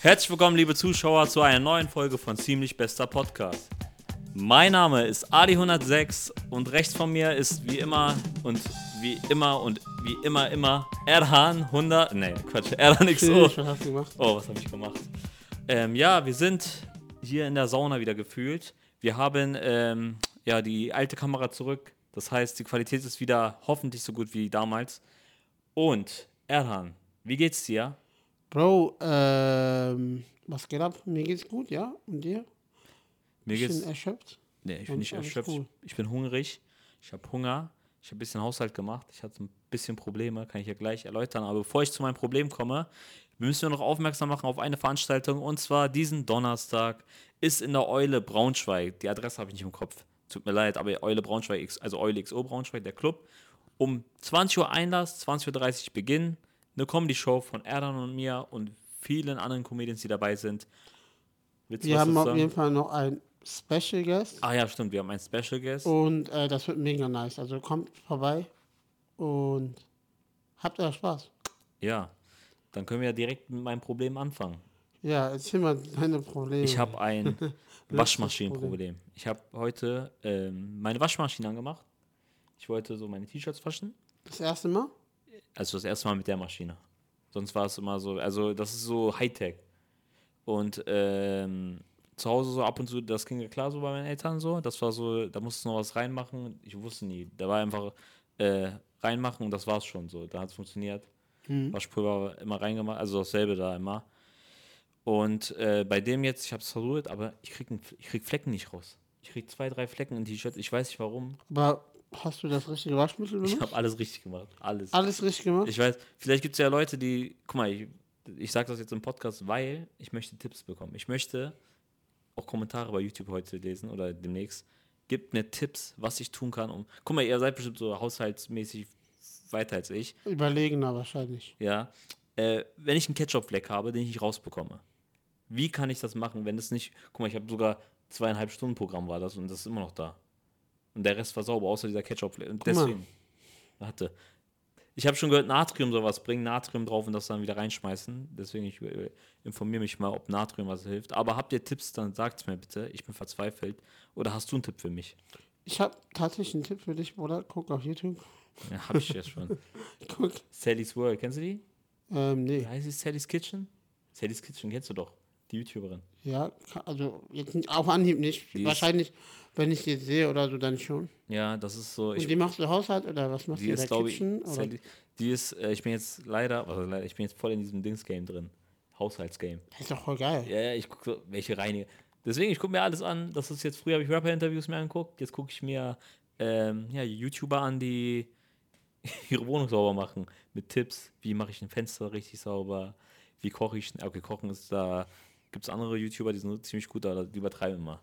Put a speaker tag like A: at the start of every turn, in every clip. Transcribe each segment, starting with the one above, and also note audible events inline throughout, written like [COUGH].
A: Herzlich willkommen, liebe Zuschauer, zu einer neuen Folge von Ziemlich Bester Podcast. Mein Name ist Adi106 und rechts von mir ist wie immer und wie immer und wie immer immer Erhan100. Nee, Quatsch, Erhan
B: Schön,
A: XO.
B: was hast du gemacht?
A: Oh, was habe ich gemacht? Ähm, ja, wir sind hier in der Sauna wieder gefühlt. Wir haben ähm, ja die alte Kamera zurück. Das heißt, die Qualität ist wieder hoffentlich so gut wie damals. Und Erhan, wie geht's dir?
B: Bro, ähm, was geht ab? Mir geht's gut, ja? Und dir?
A: Mir
B: Bisschen erschöpft?
A: Nee, ich bin
B: Und
A: nicht
B: alles
A: erschöpft.
B: cool.
A: Ich bin hungrig. Ich habe Hunger. Ich habe ein bisschen Haushalt gemacht. Ich hatte ein bisschen Probleme, kann ich ja gleich erläutern. Aber bevor ich zu meinem Problem komme, müssen wir noch aufmerksam machen auf eine Veranstaltung. Und zwar diesen Donnerstag ist in der Eule Braunschweig. Die Adresse habe ich nicht im Kopf. Tut mir leid, aber Eule Braunschweig, X- also Eule XO Braunschweig, der Club. Um 20 Uhr Einlass, 20.30 Uhr Beginn. Eine Comedy-Show von Erdan und mir und vielen anderen Comedians, die dabei sind. Willst du
B: Wir
A: was
B: haben
A: dazu
B: auf
A: sagen?
B: jeden Fall noch einen Special Guest
A: Ah ja, stimmt, wir haben einen Special Guest.
B: und äh, das wird mega nice. Also kommt vorbei und habt euer Spaß.
A: Ja, dann können wir ja direkt mit meinem Problem anfangen.
B: Ja, erzähl mal deine Probleme.
A: Ich habe ein Waschmaschinenproblem. Ich habe heute ähm, meine Waschmaschine angemacht. Ich wollte so meine T-Shirts waschen.
B: das erste Mal?
A: Also das erste Mal mit der Maschine. Sonst war es immer so, also das ist so Hightech. Und ähm, zu Hause so ab und zu, das ging ja klar so bei meinen Eltern so. Das war so, da musste noch was reinmachen. Ich wusste nie. Da war einfach äh, reinmachen und das war's schon so. Da hat es funktioniert. Waschpulver immer reingemacht, also dasselbe da immer. Und äh, bei dem jetzt, ich habe es versucht, aber ich krieg, einen- ich krieg Flecken nicht raus. Ich krieg zwei, drei Flecken in T-Shirts. Ich weiß nicht warum.
B: Aber hast du das richtige Waschmittel
A: Ich
B: benutzt?
A: habe alles richtig gemacht. Alles.
B: Alles richtig gemacht?
A: Ich weiß, vielleicht gibt es ja Leute, die. Guck mal, ich, ich sage das jetzt im Podcast, weil ich möchte Tipps bekommen. Ich möchte auch Kommentare bei YouTube heute lesen oder demnächst. Gebt mir Tipps, was ich tun kann, um. Guck mal, ihr seid bestimmt so haushaltsmäßig weiter als ich.
B: Überlegener wahrscheinlich.
A: Ja. Äh, wenn ich einen Ketchup-Fleck habe, den ich nicht rausbekomme, wie kann ich das machen, wenn es nicht. Guck mal, ich habe sogar zweieinhalb Stunden Programm war das und das ist immer noch da. Und der Rest war sauber, außer dieser Ketchup-Fleck. Und
B: Guck mal.
A: deswegen. Warte. Ich habe schon gehört, Natrium sowas bringen, Natrium drauf und das dann wieder reinschmeißen. Deswegen ich äh, informiere mich mal, ob Natrium was hilft. Aber habt ihr Tipps, dann sagt es mir bitte. Ich bin verzweifelt. Oder hast du einen Tipp für mich?
B: Ich habe tatsächlich einen Tipp für dich, Bruder. Guck auf YouTube. [LAUGHS]
A: Ja, habe ich ja schon.
B: Guck.
A: Sally's World, kennst du die?
B: Ähm, nee.
A: Wie heißt sie? Sally's Kitchen? Sally's Kitchen kennst du doch. Die YouTuberin.
B: Ja, ka- also jetzt nicht- auf Anhieb nicht.
A: Die ist-
B: Wahrscheinlich, wenn ich die sehe oder so, dann schon.
A: Ja, das ist so. Ich,
B: Und die
A: die,
B: machst du Haushalt oder was machst du in
A: ist,
B: der
A: glaube ich,
B: Kitchen? oder?
A: Sally- die ist, äh, ich bin jetzt leider, also leider, ich bin jetzt voll in diesem Dings-Game drin. Haushaltsgame.
B: Das ist doch voll geil.
A: Ja, ja, ich gucke so, welche Reiniger. Deswegen, ich gucke mir alles an. Das ist jetzt, früher habe ich Rapper-Interviews mir angeguckt, jetzt gucke ich mir ähm, ja, YouTuber an, die [LAUGHS] ihre Wohnung sauber machen. Mit Tipps, wie mache ich ein Fenster richtig sauber, wie koche ich. Okay, kochen ist da. Gibt es andere YouTuber, die sind ziemlich gut, aber die übertreiben immer.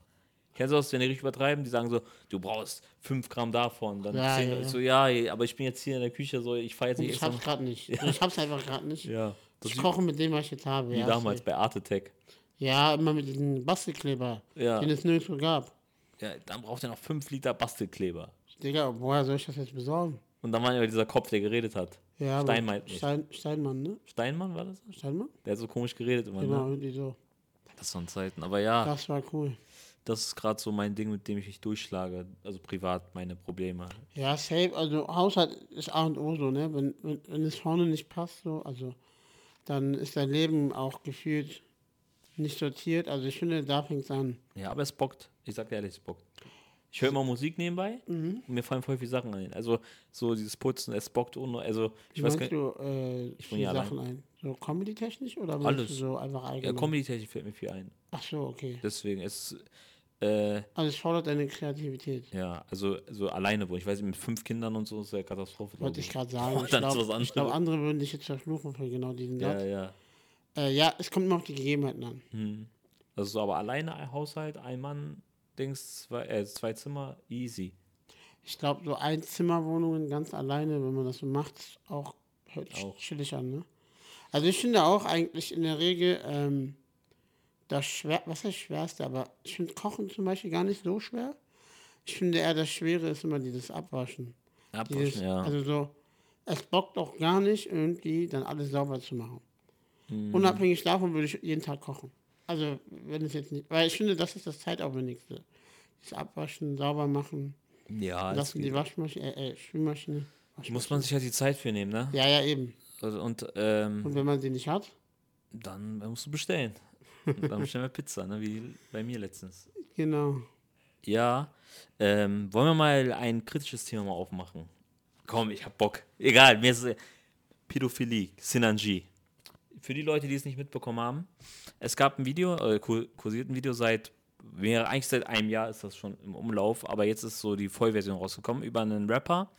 A: Kennst du das, wenn die richtig übertreiben? Die sagen so, du brauchst 5 Gramm davon. Dann
B: Ja,
A: 10,
B: ja, ja.
A: So, ja, aber ich bin jetzt hier in der Küche, so, ich fahre jetzt
B: Und
A: nicht
B: ich
A: extra.
B: hab's
A: [LAUGHS]
B: gerade nicht. Ich hab's einfach gerade nicht.
A: Ja, das
B: ich
A: ist
B: koche mit dem, was ich jetzt habe.
A: wie
B: ja,
A: damals
B: safe.
A: bei Art Attack.
B: Ja, immer mit diesem Bastelkleber,
A: Ja.
B: den es nirgendwo gab.
A: Ja, dann braucht ihr noch 5 Liter Bastelkleber.
B: Digga, woher soll ich das jetzt besorgen?
A: Und dann war ja dieser Kopf, der geredet hat.
B: Ja, aber
A: Steinmeier nicht.
B: Stein, Steinmann, ne?
A: Steinmann war das?
B: Steinmann?
A: Der hat so komisch geredet immer,
B: Genau,
A: ne? Ah.
B: irgendwie so.
A: Das waren Zeiten. Aber ja,
B: Das war cool.
A: das ist gerade so mein Ding, mit dem ich mich durchschlage. Also privat meine Probleme.
B: Ja, safe, also Haushalt ist A und O so, ne? Wenn, wenn, wenn es vorne nicht passt, so, also dann ist dein Leben auch gefühlt nicht sortiert. Also ich finde, da fängt's an.
A: Ja, aber es bockt. Ich sag dir ehrlich, es bockt. Ich höre immer Musik nebenbei
B: Mhm.
A: und mir fallen voll viele Sachen ein. Also so dieses Putzen, es bockt ohne. Also ich
B: Wie
A: weiß
B: meinst
A: gar nicht.
B: du äh,
A: ich wohne
B: die
A: ja allein.
B: Sachen ein? So comedy-technisch oder meinst
A: Alles.
B: du so einfach
A: Ja,
B: allgemein?
A: Comedy-Technik fällt mir viel ein.
B: Ach so, okay.
A: Deswegen es äh,
B: Also es fordert deine Kreativität.
A: ja, also so alleine wohnen. Ich weiß nicht, mit fünf Kindern und so ist ja Katastrophe. glaub
B: Wollte ich gerade sagen.
A: Boah,
B: ich
A: dann ist was
B: glaube,
A: anderes.
B: glaub, andere würden dich jetzt verschluchen für genau diesen
A: Ja,
B: Satz.
A: ja.
B: Ja, äh, ja es kommt immer auf die Gegebenheiten an.
A: Das ist so aber alleine ein Haushalt, ein Mann, Dings, zwei, äh, zwei Zimmer, easy.
B: Ich glaube, so Einzimmerwohnungen ganz alleine, wenn man das so macht, ist auch hört sich
A: Auch.
B: chillig an. Ne? Also ich finde auch eigentlich in der Regel ähm, das schwer, was heißt schwerste, aber ich finde Kochen zum Beispiel gar nicht so schwer. Ich finde eher das Schwere ist immer dieses Abwaschen.
A: Abwaschen,
B: Dieses,
A: ja.
B: Also so, es bockt auch gar nicht, irgendwie dann alles sauber zu machen.
A: Mhm.
B: Unabhängig davon würde ich jeden Tag kochen. Also, wenn es jetzt nicht. Weil ich finde, das ist das Zeitaufwendigste. Das Abwaschen, sauber machen,
A: Ja, es
B: lassen die
A: geht.
B: Waschmaschine, äh, äh, Spülmaschine. Waschmaschine.
A: muss man sich halt die Zeit für nehmen, ne?
B: Ja, ja, eben.
A: Also, Und ähm,
B: Und wenn man sie nicht hat,
A: dann musst du bestellen. Und dann bestellen wir Pizza, ne? Wie bei mir letztens.
B: genau.
A: Ja. Ähm, wollen wir mal ein kritisches Thema mal aufmachen? Komm, ich hab Bock. Egal, mir ist äh, Pädophilie, Sinanji. Für die Leute, die es nicht mitbekommen haben, es gab ein Video, äh, kur- kursiert ein Video seit, mehr, eigentlich seit einem Jahr ist das schon im Umlauf, aber jetzt ist so die Vollversion rausgekommen über einen Rapper,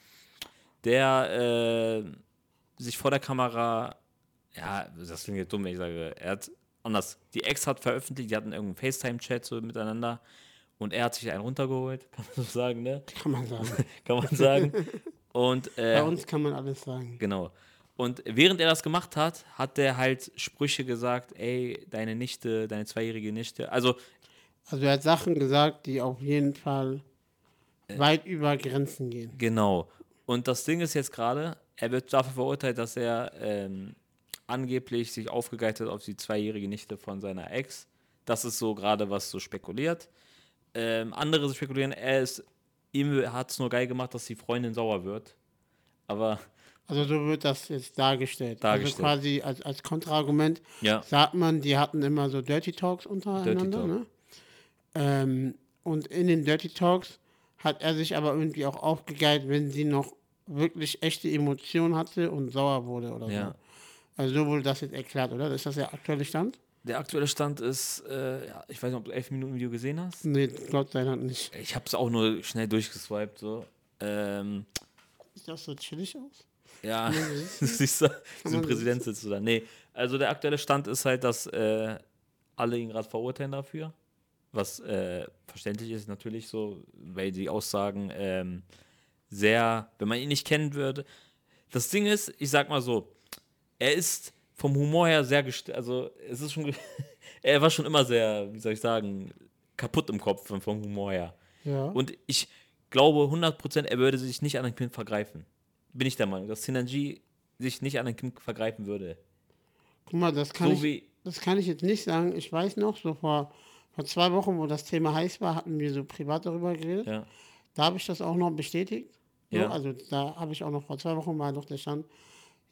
A: der äh, sich vor der Kamera ja, das klingt jetzt dumm, wenn ich sage, er hat anders. Die Ex hat veröffentlicht, die hatten irgendeinen FaceTime-Chat so miteinander und er hat sich einen runtergeholt, [LAUGHS] kann man so sagen, ne?
B: Kann man sagen.
A: [LAUGHS] Kann man sagen.
B: [LAUGHS]
A: Und äh,
B: Bei uns kann man alles sagen.
A: Genau. Und während er das gemacht hat, hat er halt Sprüche gesagt, ey, deine Nichte, deine zweijährige Nichte. Also,
B: Also, er hat Sachen gesagt, die auf jeden Fall weit über Grenzen gehen.
A: genau. Und das Ding ist jetzt gerade, er wird dafür verurteilt, dass er ähm, angeblich sich aufgegeilt hat auf die zweijährige Nichte von seiner Ex. Das ist so gerade, was so spekuliert. Ähm, andere spekulieren, er ist, ihm hat es nur geil gemacht, dass die Freundin sauer wird. Aber
B: Also, so wird das jetzt dargestellt.
A: Dargestellt.
B: Also, quasi als, als Kontraargument
A: ja,
B: sagt man, die hatten immer so Dirty Talks untereinander.
A: Dirty Talk.
B: Ne? Ähm, und in den Dirty Talks hat er sich aber irgendwie auch aufgegeilt, wenn sie noch wirklich echte Emotionen hatte und sauer wurde oder
A: ja.
B: so. Also so wurde das jetzt erklärt, oder? Ist das der aktuelle Stand?
A: Der aktuelle Stand ist, äh, ja, ich weiß nicht, ob du 11 Minuten Video gesehen hast.
B: Nee, Gott sei Dank nicht.
A: Ich habe es auch nur schnell durchgeswiped. So. Ähm,
B: Sieht das so chillig aus?
A: ja, siehst [LAUGHS] du, so ein
B: man
A: Präsident sitzt du da. Nee, also der aktuelle Stand ist halt, dass äh, alle ihn gerade verurteilen dafür. Was äh, verständlich ist natürlich so, weil die Aussagen ähm, sehr, wenn man ihn nicht kennen würde. Das Ding ist, ich sag mal so, er ist vom Humor her sehr gest also es ist schon [LAUGHS] ge- er war schon immer sehr, wie soll ich sagen, kaputt im Kopf vom vom Humor her.
B: Ja.
A: Und ich glaube 100%, er würde sich nicht an ein Kind vergreifen. Bin ich der Meinung, dass Sinanji sich nicht an ein Kind vergreifen würde.
B: Guck mal, das kann,
A: so
B: ich,
A: wie.
B: das kann ich jetzt nicht sagen. Ich weiß noch, so vor, vor zwei Wochen, wo das Thema heiß war, hatten wir so privat darüber geredet.
A: Ja,
B: Da habe ich das auch noch bestätigt. So,
A: Ja.
B: Also da habe ich auch noch vor zwei Wochen mal noch der Stand.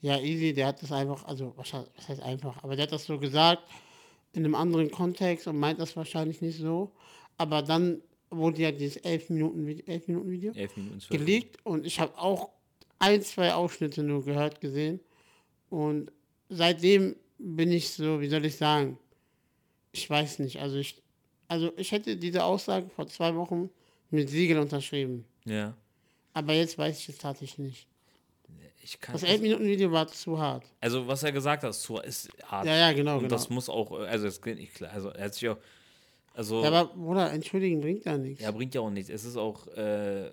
B: Ja, easy, der hat das einfach, also was he- was heißt einfach, aber der hat das so gesagt in einem anderen Kontext und meint das wahrscheinlich nicht so. Aber dann wurde ja dieses 11 Minuten, Vi- 11 Minuten Video
A: 11 Minuten 12.
B: geleakt und ich habe auch ein, zwei Ausschnitte nur gehört, gesehen. Und seitdem bin ich so, wie soll ich sagen, ich weiß nicht. Also ich, also ich hätte diese Aussage vor zwei Wochen mit Siegel unterschrieben.
A: Ja.
B: Aber jetzt weiß ich es tatsächlich nicht.
A: Ich kann,
B: Das 11-Minuten-Video war zu hart.
A: also, was er gesagt hat, ist so- ist hart.
B: Ja, ja, genau,
A: Und
B: genau.
A: das muss auch, also das geht nicht klar. Also er hat sich auch, also
B: Ja, aber Bruder, entschuldigen bringt da nichts.
A: ja, bringt ja auch nichts. Es ist auch, äh,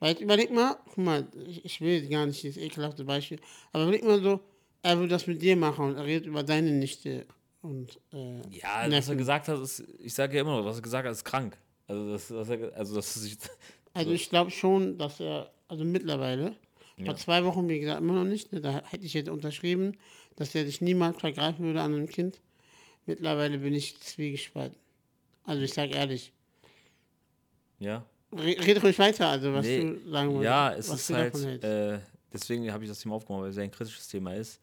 B: Weil jetzt überleg mal, guck mal, ich, ich will gar nicht dieses ekelhafte Beispiel, aber überleg mal so, er würde das mit dir machen und er redet über deine Nichte und äh,
A: ja, was er
B: Neffen.
A: gesagt hat, ist, ich sage ja immer noch, was er gesagt hat, ist krank. Also das, was er, ge- also das ist, [LAUGHS]
B: Also ich glaube schon, dass er, also mittlerweile, vor zwei Wochen, wie gesagt, immer noch nicht, ne, da hätte ich jetzt unterschrieben, dass er sich niemals vergreifen würde an einem Kind. Mittlerweile bin ich zwiegespalten. Also ich sage ehrlich,
A: ja.
B: re red ruhig weiter, also was
A: Nee,
B: du sagen wolltest.
A: Ja, es
B: was
A: ist
B: du
A: halt,
B: davon hältst.
A: äh, deswegen habe ich das Thema aufgemacht, weil es ja ein kritisches Thema ist.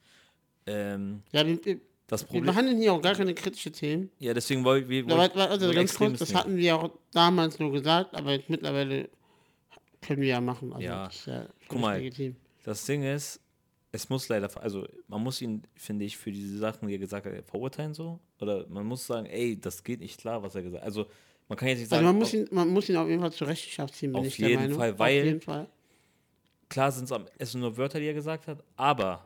A: Ähm,
B: ja, wir, wir,
A: das
B: wir
A: Problem,
B: behandeln hier auch gar keine kritischen Themen.
A: ja, deswegen wollte ich,
B: Aber, warte, also
A: wollte
B: ganz
A: Extremes
B: kurz, das
A: nehmen.
B: hatten wir auch damals nur gesagt, aber jetzt mittlerweile können wir ja machen. Also
A: Ja.
B: das ist ja
A: Guck mal.
B: legitim.
A: das Ding ist, es muss leider, ver- also man muss ihn, finde ich, für diese Sachen, die er gesagt hat, verurteilen so, oder man muss sagen, ey, das geht nicht klar, was er gesagt hat. Also man kann jetzt nicht sagen,
B: Also
A: oh,
B: man muss,
A: ob-
B: ihn, man muss ihn auf jeden Fall zur Rechenschaft ziehen, bin
A: Auf
B: ich der
A: jeden
B: Meinung.
A: Fall,
B: auf
A: weil-
B: jeden Fall.
A: klar sind es am es sind nur Wörter, die er gesagt hat, aber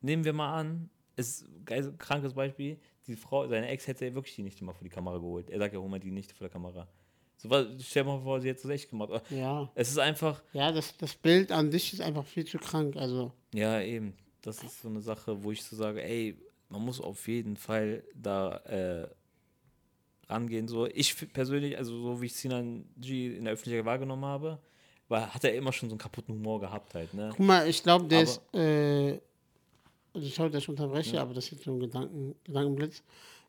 A: nehmen wir mal an, es ist ein geil- krankes Beispiel, die Frau, seine Ex hätte wirklich die Nichte mal vor die Kamera geholt. Er sagt ja, hol mal die Nichte vor der Kamera. So, was, stell dir mal vor, sie hätte es echt gemacht.
B: Ja,
A: Es ist einfach,
B: ja das, das Bild an sich ist einfach viel zu krank. Also,
A: ja, eben, das ist so eine Sache, wo ich so sage, ey, man muss auf jeden Fall da äh, rangehen. So, ich f- persönlich, also so wie ich Sinan G in der Öffentlichkeit wahrgenommen habe, war, hat er immer schon so einen kaputten Humor gehabt halt, ne? [LAUGHS]
B: guck mal, ich glaube, der
A: Aber-
B: ist äh, also sorry, dass ich unterbreche, aber das ist jetzt so ein Gedanken, Gedankenblitz.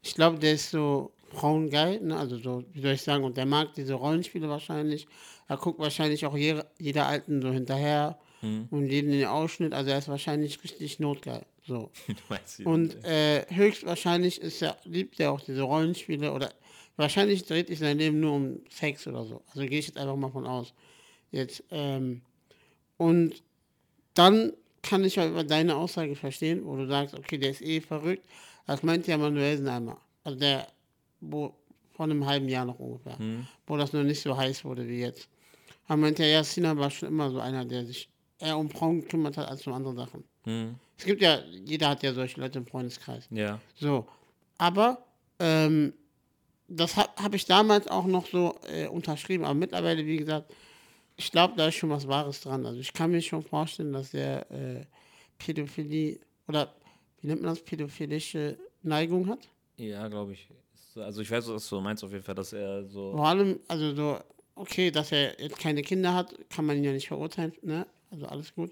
B: Ich glaube, der ist so frauengeil, ne? also so, wie soll ich sagen, und der mag diese Rollenspiele wahrscheinlich. Er guckt wahrscheinlich auch jeder, jeder Alten so hinterher und jeden in den Ausschnitt, also er ist wahrscheinlich richtig notgeil. So.
A: Weiß ich
B: Und
A: nicht.
B: äh, höchstwahrscheinlich ist er, liebt er auch diese Rollenspiele oder wahrscheinlich dreht sich sein Leben nur um Sex oder so. Also gehe ich jetzt einfach mal von aus. Jetzt, ähm, und dann kann ich aber deine Aussage verstehen, wo du sagst, okay, der ist eh verrückt. Das meint ja Manuelsen einmal. Also der, wo vor einem halben Jahr noch ungefähr, wo das noch nicht so heiß wurde wie jetzt. Er meinte ja, Sina war schon immer so einer, der sich eher um Frauen gekümmert hat als um andere Sachen.
A: Hm,
B: Es gibt ja, jeder hat ja solche Leute im Freundeskreis.
A: ja.
B: So. Aber ähm, das habe hab ich damals auch noch so äh, unterschrieben. Aber mittlerweile, wie gesagt, ich glaube, da ist schon was Wahres dran. Also ich kann mir schon vorstellen, dass der äh, Pädophilie oder wie nennt man das, pädophilische Neigung hat.
A: Ja, glaube ich. Ist so- Also ich weiß, was du meinst auf jeden Fall, dass er so.
B: Vor allem, also so, okay, dass er jetzt keine Kinder hat, kann man ihn ja nicht verurteilen, ne? Also alles gut.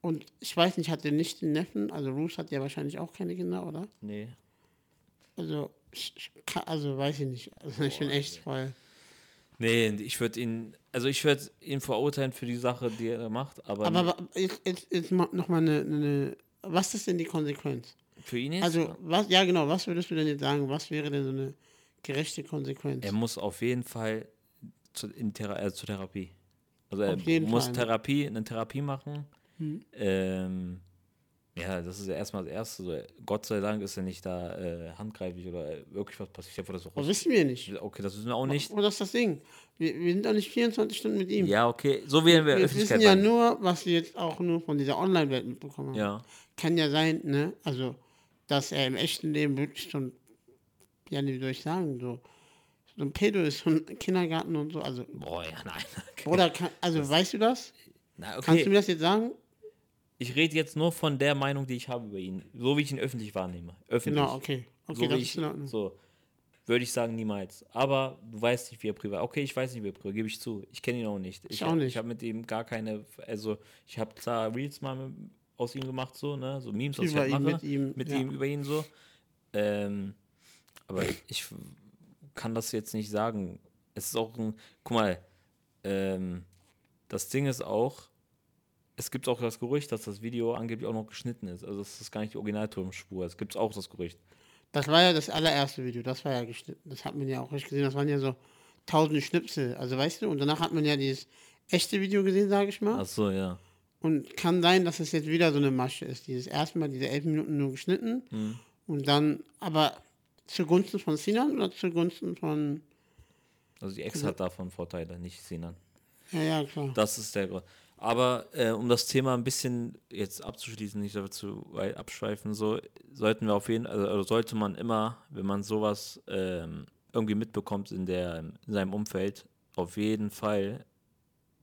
B: Und ich weiß nicht, hat er nicht den Neffen? Also Ruth hat ja wahrscheinlich auch keine Kinder, oder?
A: Nee.
B: Also, ich, ich kann, also weiß ich nicht. Also ich bin echt voll.
A: Nee, ich würde ihn, also ich würde ihn verurteilen für die Sache, die er macht, aber,
B: Aber wa- jetzt, jetzt, jetzt nochmal eine, eine. Was ist denn die Konsequenz?
A: für ihn jetzt.
B: Also, was, ja genau, was würdest du denn jetzt sagen? Was wäre denn so eine gerechte Konsequenz?
A: er muss auf jeden Fall zu, in Thera äh, zur Therapie. Also er
B: Auf jeden
A: muss
B: Fall. ne? Hm.
A: Therapie, eine Therapie machen. Ähm, ja, das ist ja erstmal das Erste. So, Gott sei Dank ist er nicht da äh, handgreiflich oder äh, wirklich was passiert. Ich hoffe, das auch
B: Das Oh, wissen wir nicht.
A: Okay, das wissen wir auch nicht.
B: Oder das ist das Ding? Wir, wir sind doch nicht 24 Stunden mit ihm.
A: Ja, okay. So werden wir
B: wir
A: Öffentlichkeit
B: wissen ja
A: sagen.
B: nur, was wir jetzt auch nur von dieser Online-Welt mitbekommen haben.
A: Ja.
B: Kann ja sein, ne? Also, dass er im echten Leben wirklich schon, ja, wie soll ich sagen, so, so ein Pedo ist und Kindergarten und so. Also,
A: Boah, ja, nein. [LAUGHS] Okay.
B: Oder kann, also weißt du das?
A: Na,
B: Kannst du
A: okay.
B: mir das jetzt sagen?
A: Ich rede jetzt nur von der Meinung, die ich habe über ihn. So wie ich ihn öffentlich wahrnehme. Öffentlich.
B: Genau, okay. Okay,
A: so
B: das
A: wie
B: ist
A: ich,
B: in Ordnung.
A: so würde ich sagen niemals. Aber du weißt nicht, wie er privat. Okay, ich weiß nicht, wie er privat. Gebe ich zu. Ich kenne ihn auch nicht. Ich,
B: auch
A: hab-
B: nicht.
A: Ich habe mit ihm gar keine. Also ich habe da Reels mal mit, aus ihm gemacht so, ne, so Memes was ich
B: Über
A: halt
B: ihn,
A: mache,
B: mit ihm, ja.
A: ihm, über ihn so. Ähm, aber ich kann das jetzt nicht sagen. Es ist auch ein. Guck mal. Ähm, das Ding ist auch, es gibt auch das Gerücht, dass das Video angeblich auch noch geschnitten ist. Also, das ist gar nicht die Originaltonspur. Es gibt auch das Gerücht.
B: Das war ja das allererste Video, das war ja geschnitten. Das hat man ja auch nicht gesehen. Das waren ja so tausende Schnipsel. Also weißt du, und danach hat man ja dieses echte Video gesehen, sage ich mal.
A: Ach so, ja.
B: Und kann sein, dass es jetzt wieder so eine Masche ist. Dieses erstmal diese elf Minuten nur geschnitten
A: Hm.
B: und dann, aber zugunsten von Sinan oder zugunsten von.
A: Also die Ex hat davon Vorteile, nicht Sinan.
B: Ja, ja, klar.
A: Das ist der Grund. Aber äh, um das Thema ein bisschen jetzt abzuschließen, nicht dafür zu weit abschweifen, so sollten wir auf jeden also, also sollte man immer, wenn man sowas ähm, irgendwie mitbekommt in der in seinem Umfeld, auf jeden Fall,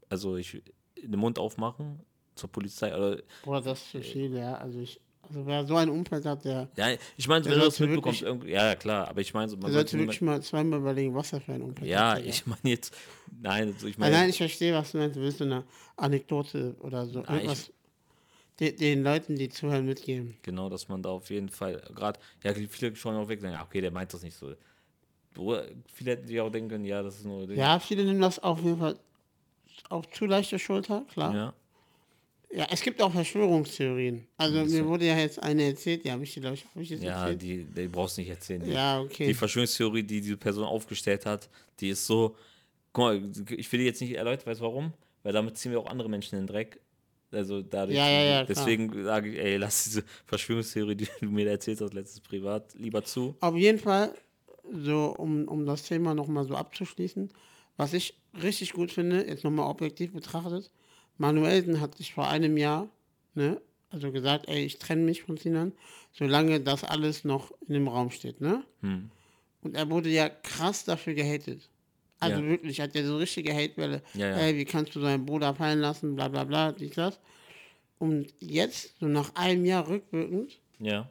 A: also ich den Mund aufmachen zur Polizei oder
B: Boah, das ist zu viel, ja. Also ich. Also wer so ein Umfeld hat, der,
A: ja, ich meine,
B: Er
A: wenn du das
B: sollte
A: mitbekommst,
B: wirklich-
A: irgendwie, ja ja, klar, aber ich meine, so,
B: der
A: man
B: sollte
A: sollte niemand-
B: wirklich mal zweimal überlegen, was er für ein Umfeld
A: ja,
B: hat. Digga.
A: ich meine jetzt, nein, also ich
B: Ah, Nein,
A: meine,
B: nein, ich verstehe, was du meinst. Du willst so eine Anekdote oder so.
A: Nein, ich-
B: irgendwas de- den Leuten, die zuhören, mitgeben.
A: Genau, dass man da auf jeden Fall, gerade, ja, viele schauen auch weg, sagen, ja, okay, der meint das nicht so. Bruder, Viele hätten sich auch denken können, ja, das ist nur.
B: Ja, viele nehmen das auf jeden Fall auf zu leichte Schulter, klar. Ja,
A: ja.
B: es gibt auch Verschwörungstheorien. Also mir wurde ja jetzt eine erzählt, die habe ich dir, glaube ich, hab ich jetzt
A: Ja,
B: erzählt.
A: die, die brauchst du nicht erzählen. Die,
B: ja, okay.
A: die Verschwörungstheorie, die diese Person aufgestellt hat, die ist so. Guck mal, ich will die jetzt nicht erläutern, weißt du warum? Weil damit ziehen wir auch andere Menschen in den Dreck. Also dadurch.
B: Ja, ja, ja, klar.
A: deswegen sage ich, ey, lass diese Verschwörungstheorie, die du mir da erzählt hast, letztes privat, lieber zu.
B: Auf jeden Fall, so um, um das Thema nochmal so abzuschließen, was ich richtig gut finde, jetzt nochmal objektiv betrachtet, Manuelsen hat sich vor einem Jahr, ne, also gesagt, ey, ich trenne mich von Sinan, solange das alles noch in dem Raum steht, ne?
A: Hm.
B: Und er wurde ja krass dafür gehatet. Also
A: Ja.
B: wirklich, hat ja so richtige Hatewelle.
A: Ja, ja.
B: Ey, wie kannst du deinen Bruder fallen lassen, bla bla bla, dies, das. Und jetzt, so nach einem Jahr rückwirkend,
A: Ja.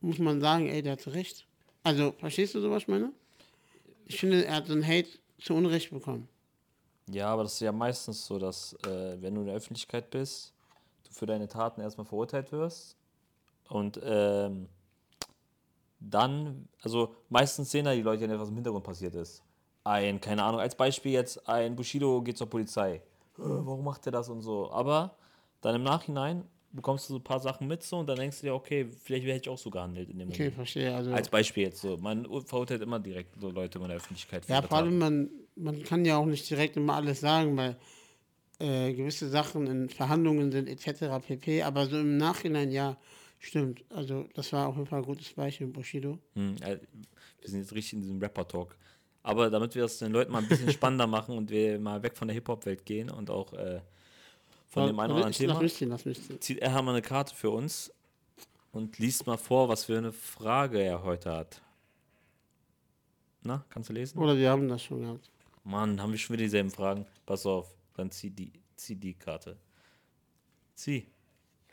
B: muss man sagen, ey, der hat recht. Also, verstehst du so, was ich meine? Ich finde, er hat so einen Hate zu Unrecht bekommen.
A: Ja, aber das ist ja meistens so, dass äh, wenn du in der Öffentlichkeit bist, du für deine Taten erstmal verurteilt wirst Und ähm, dann, also meistens sehen da die Leute ja nicht, was im Hintergrund passiert ist. Ein, keine Ahnung, als Beispiel jetzt, ein Bushido geht zur Polizei. Äh, Warum macht er das und so? Aber dann im Nachhinein bekommst du so ein paar Sachen mit so und dann denkst du dir, okay, vielleicht hätte ich auch so gehandelt in dem
B: Okay,
A: Moment.
B: verstehe. Also,
A: Als Beispiel jetzt so. Man verurteilt immer direkt so Leute in der Öffentlichkeit. für
B: ja,
A: ihre
B: vor allem,
A: Taten.
B: man, man kann ja auch nicht direkt immer alles sagen, weil äh, gewisse Sachen in Verhandlungen sind etc. pp. Aber so im Nachhinein, ja, stimmt. Also, das war auf jeden Fall ein gutes Beispiel, Bushido.
A: Hm, äh, wir sind jetzt richtig in diesem Rapper-Talk. Aber damit wir das den Leuten mal ein bisschen spannender machen und wir mal weg von der Hip-Hop-Welt gehen und auch äh, von dem einen oder anderen
B: Ich- Lass
A: Thema,
B: mich ziehen, lass mich ziehen.
A: zieht er mal eine Karte für uns und liest mal vor, was für eine Frage er heute hat. Na, kannst du lesen?
B: Oder wir haben das schon gehabt.
A: Mann, haben wir schon wieder dieselben Fragen? Pass auf, dann zieh die, zieh die Karte. Zieh.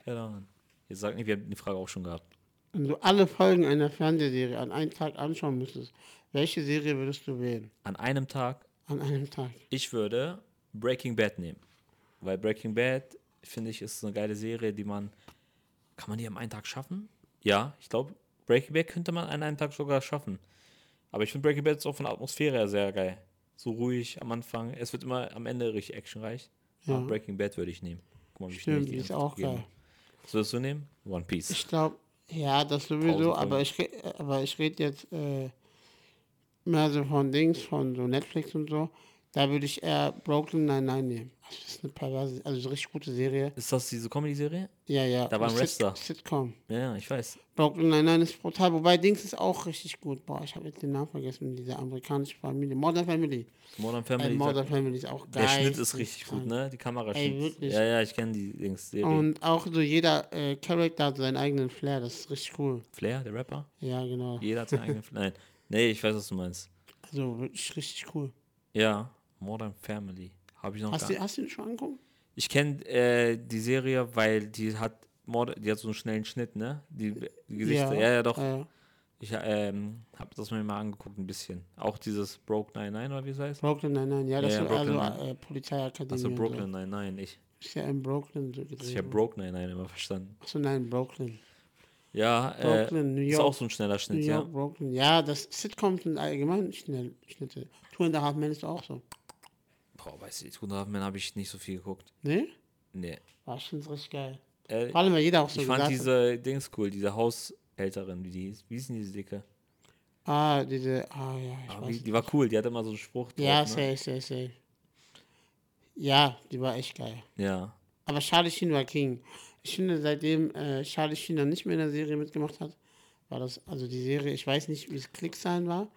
A: Ja, dann. Jetzt sag nicht, wir hatten die Frage auch schon gehabt.
B: Wenn du alle Folgen einer Fernsehserie an einem Tag anschauen müsstest, welche Serie würdest du wählen?
A: An einem Tag
B: An einem Tag.
A: Ich würde Breaking Bad nehmen. Weil Breaking Bad, finde ich, ist so eine geile Serie, die man. Kann man die am einen Tag schaffen? Ja, ich glaube, Breaking Bad könnte man an einem Tag sogar schaffen. Aber ich finde Breaking Bad ist auch von der Atmosphäre her sehr geil. So ruhig am Anfang. Es wird immer am Ende richtig actionreich.
B: Ja.
A: Aber Breaking Bad würde ich nehmen. Guck mal, wie
B: Stimmt,
A: ich
B: die
A: die
B: ist
A: Antwort
B: auch
A: gegeben
B: geil.
A: habe. Was würdest du nehmen? One Piece.
B: Ich glaube, ja, das
A: Tausend
B: sowieso,
A: Folgen.
B: aber ich, re- aber ich rede jetzt äh, mehr so von Dings, von so Netflix und so. Da würde ich eher Brooklyn Nine-Nine nehmen. Also das ist eine perverse, also eine richtig gute Serie.
A: Ist das diese Comedy-Serie?
B: Ja, ja.
A: Da war ein
B: Sit-
A: Wrestler.
B: Sitcom.
A: Ja, ich weiß.
B: Brooklyn Nine-Nine ist brutal, wobei Dings ist auch richtig gut. Boah, ich habe jetzt den Namen vergessen, diese amerikanische Familie. Modern Family.
A: Modern
B: Äh,
A: Family.
B: Modern Family ist auch
A: der
B: geil.
A: Schnitt ist richtig gut, ne? Die Kamera
B: Ey,
A: schnitt.
B: wirklich. Oh
A: Ja, ja, ich kenne die Dings Serie.
B: Und auch so jeder äh, Charakter hat seinen eigenen Flair, das ist richtig cool.
A: Flair, der Rapper?
B: Ja, genau.
A: Jeder hat seinen eigenen Flair. Nein. Nee, ich weiß, was du meinst.
B: Also wirklich richtig cool.
A: Ja, Modern Family. Habe ich noch
B: Hast
A: gar
B: du, hast du ihn schon angeguckt?
A: Ich kenne äh, die Serie, weil die hat Mord die hat so einen schnellen Schnitt, ne? Die, die Gesichter. Ja, ja, doch.
B: Äh,
A: Ich ähm, habe das mir mal angeguckt, ein bisschen. Auch dieses Broke 99 oder wie es heißt?
B: Brooklyn, nein, nein, ja, das
A: Ja,
B: ja,
A: ja, Brooklyn,
B: also äh, Polizeiakademie.
A: Also
B: und
A: Brooklyn 99. Ich,
B: So. Ist ja in Brooklyn so
A: ich habe
B: gedreht.
A: Broke 99 immer verstanden.
B: Achso, nein, Brooklyn.
A: Ja, äh,
B: Brooklyn, New
A: ist
B: York.
A: auch so ein schneller
B: New
A: Schnitt,
B: York,
A: ja.
B: Brooklyn. Ja, das Sitcoms sind allgemein schnell Schnitte. Two and a Half Men ist doch auch so.
A: Boah, weiß ich, Guten Abend, habe ich nicht so viel geguckt.
B: Ne?
A: Nee.
B: War schon Ah, richtig geil.
A: Äh,
B: Vor allem, weil jeder auch so
A: ich
B: gesagt
A: fand
B: hat.
A: diese Dings cool, diese Haushälterin, wie die hieß. Wie hieß denn diese Dicke?
B: Ah, diese, ah ja, ich
A: Aber
B: weiß
A: wie, die war cool, die hatte immer so einen Spruch. Drauf,
B: Ja,
A: ne?
B: safe, safe, safe. Ja, die war echt geil.
A: ja.
B: Aber Charlie Sheen war King. Ich finde, seitdem äh, Charlie Sheen dann nicht mehr in der Serie mitgemacht hat, war das, also die Serie, ich weiß nicht, wie es Klickzahlen war,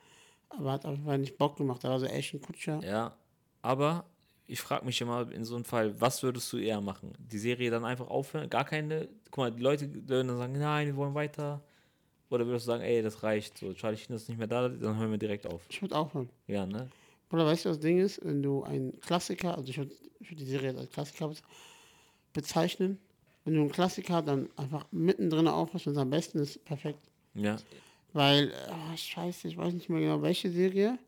B: aber hat auf jeden Fall nicht Bock gemacht. Da war so Ashton Kutscher.
A: Ja. Aber ich frage mich immer in so einem Fall, was würdest du eher machen? Die Serie dann einfach aufhören? Gar keine. Guck mal, die Leute würden dann sagen, nein, wir wollen weiter. Oder würdest du sagen, ey, das reicht. So, Charlie Sheen ist nicht mehr da, dann hören wir direkt auf.
B: Ich würde aufhören.
A: Ja, ne?
B: Oder weißt du, das Ding ist, wenn du einen Klassiker, also ich würde würd die Serie jetzt als Klassiker bez- bezeichnen, wenn du einen Klassiker dann einfach mittendrin aufhörst, wenn es am besten ist, perfekt.
A: Ja.
B: Weil, ah, scheiße, ich weiß nicht mehr genau, welche Serie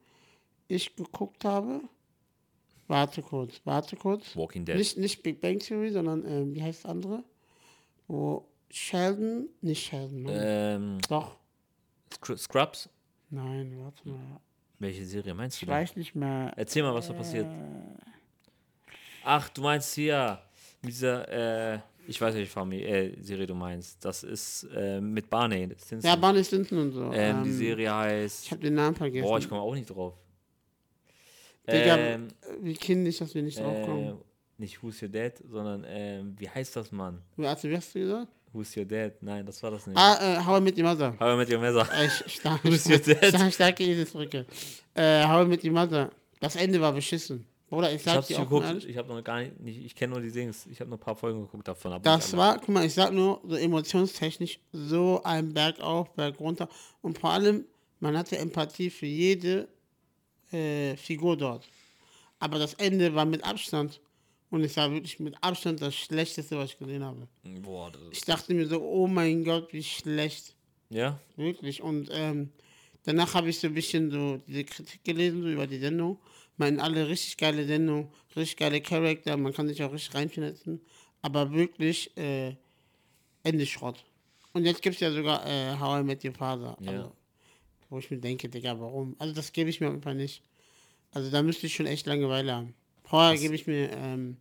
B: ich geguckt habe. Warte kurz, warte kurz.
A: Walking Dead.
B: Nicht, nicht Big Bang Theory, sondern ähm, wie heißt das andere? Wo Sheldon, nicht Sheldon, Mann.
A: Ähm,
B: doch.
A: Scr- Scrubs?
B: Nein, warte mal.
A: Welche Serie meinst du
B: Ich
A: denn?
B: weiß nicht mehr.
A: Erzähl mal, was da passiert.
B: Äh.
A: Ach, du meinst hier mit dieser, äh, ich weiß nicht, Fami, äh, Serie du meinst. Das ist äh, mit Barney. Das ist
B: Ja, Barney Stinson und so.
A: ähm, die
B: Ähm,
A: Serie
B: Ich
A: heißt.
B: habe den Namen vergessen.
A: Boah, ich komme auch nicht drauf.
B: Digga,
A: Ähm,
B: Äh, wie kindisch, dass wir nicht
A: äh,
B: draufkommen.
A: nicht Who's Your Dad, sondern ähm, wie heißt das, Mann?
B: Also, wie hast du gesagt?
A: Who's Your Dad? Nein, das war das nicht.
B: Ah, äh, How I Met Your Mother.
A: Aber mit dem Messer.
B: Äh, Ich, ich, dachte, ich,
A: Who's your dad? [LAUGHS]
B: dachte, ich starke Eselsbrücke. Äh, How I Met Your Mother. Das Ende war beschissen. Oder ich
A: Ich
B: sag
A: hab's
B: dir
A: nicht
B: auch
A: geguckt.
B: ehrlich,
A: Ich hab noch gar nicht, nicht ich kenne nur die Dings. Ich habe nur ein paar Folgen geguckt davon. aber nicht
B: Das
A: alle.
B: war, guck mal, ich sag nur, so emotionstechnisch, so ein Berg auf, Berg runter. Und vor allem, man hatte Empathie für jede äh, Figur dort. Aber das Ende war mit Abstand. Und es war wirklich mit Abstand das Schlechteste, was ich gesehen habe.
A: Boah, das,
B: Ich dachte mir so, oh mein Gott, wie schlecht.
A: ja?
B: Wirklich. Und ähm, danach habe ich so ein bisschen so diese Kritik gelesen so über die Sendung. Meinen alle richtig geile Sendung, richtig geile Charakter, man kann sich auch richtig reinfinden. Aber wirklich äh, Ende Schrott. Und Und jetzt gibt es ja sogar äh, How I Met Your Father.
A: Ja.
B: Also, wo ich mir denke, Digga, warum? Also das gebe ich mir auf jeden Fall nicht. Also da müsste ich schon echt Langeweile haben. Vorher gebe ich mir ähm,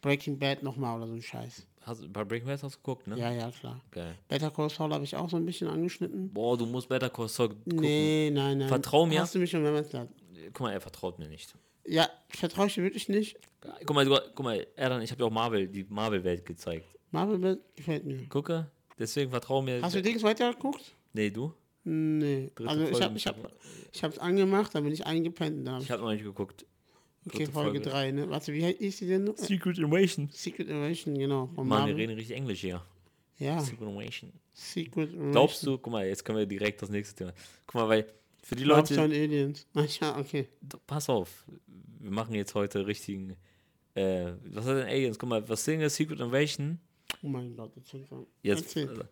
B: Breaking Bad nochmal oder so ein Scheiß.
A: Hast, bei Breaking Bad hast du geguckt, ne?
B: Ja, ja, klar.
A: Geil.
B: Better Call Saul habe ich auch so ein bisschen angeschnitten.
A: Boah, du musst Better Call Saul gucken.
B: Nee, nein, nein.
A: Vertrau mir.
B: Hast du mich schon mehrmals gesagt.
A: Guck mal, er vertraut mir nicht.
B: Ja, vertraue ich dir wirklich nicht.
A: Guck mal, du, guck mal, Erdan, ich habe dir auch Marvel, die Marvel-Welt gezeigt.
B: Marvel Bad gefällt mir.
A: Gucke, deswegen vertrau mir.
B: Hast du Dings weitergeguckt?
A: nee, du?
B: Nee.
A: Dritte
B: also ich
A: Folge
B: habe
A: mit
B: ich hab,
A: dabei.
B: ich hab's angemacht, dann bin ich eingepennt. und Dann hab ich,
A: Ich habe noch nicht geguckt.
B: okay,
A: dritte
B: Folge
A: Folge.
B: 3, ne? Warte, wie hieß die denn? Äh,
A: Secret Invasion.
B: Secret Invasion, genau.
A: Mann,
B: Von
A: wir
B: Marvel.
A: reden richtig Englisch hier.
B: Ja,
A: Secret Invasion.
B: Secret Ah. Invasion.
A: Glaubst du, guck mal, jetzt können wir direkt das nächste Thema. Guck mal, weil für die
B: Glaubst du
A: Leute,
B: an Aliens? [LAUGHS] Ach ja, okay.
A: pass auf, wir machen jetzt heute richtigen, äh, was hat denn Aliens? Guck mal, was sehen wir? Secret Invasion.
B: Oh mein Gott, jetzt fängt's an.
A: Jetzt,
B: Erzähl.
A: also,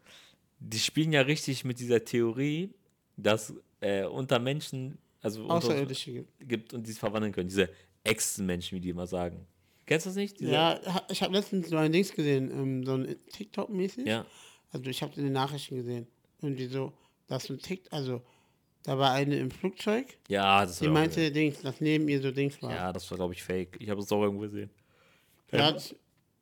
A: die spielen ja richtig mit dieser Theorie, dass äh, unter Menschen, also unter,
B: Außerirdische gibt.
A: gibt und die es verwandeln können. Diese Echsenmenschen, wie die immer sagen. Kennst du das nicht? Diese,
B: Ja, ha- ich habe letztens so ein Dings gesehen, ähm, so ein TikTok-mäßig.
A: ja.
B: Also ich habe in den Nachrichten gesehen. Irgendwie so, dass ein TikTok, also da war eine im Flugzeug,
A: Ja, das
B: die
A: war auch
B: meinte Dings, dass neben ihr so Dings war.
A: Ja, Ähm. das war, glaube ich, fake. Ich habe es auch irgendwo gesehen.
B: Ja, ich,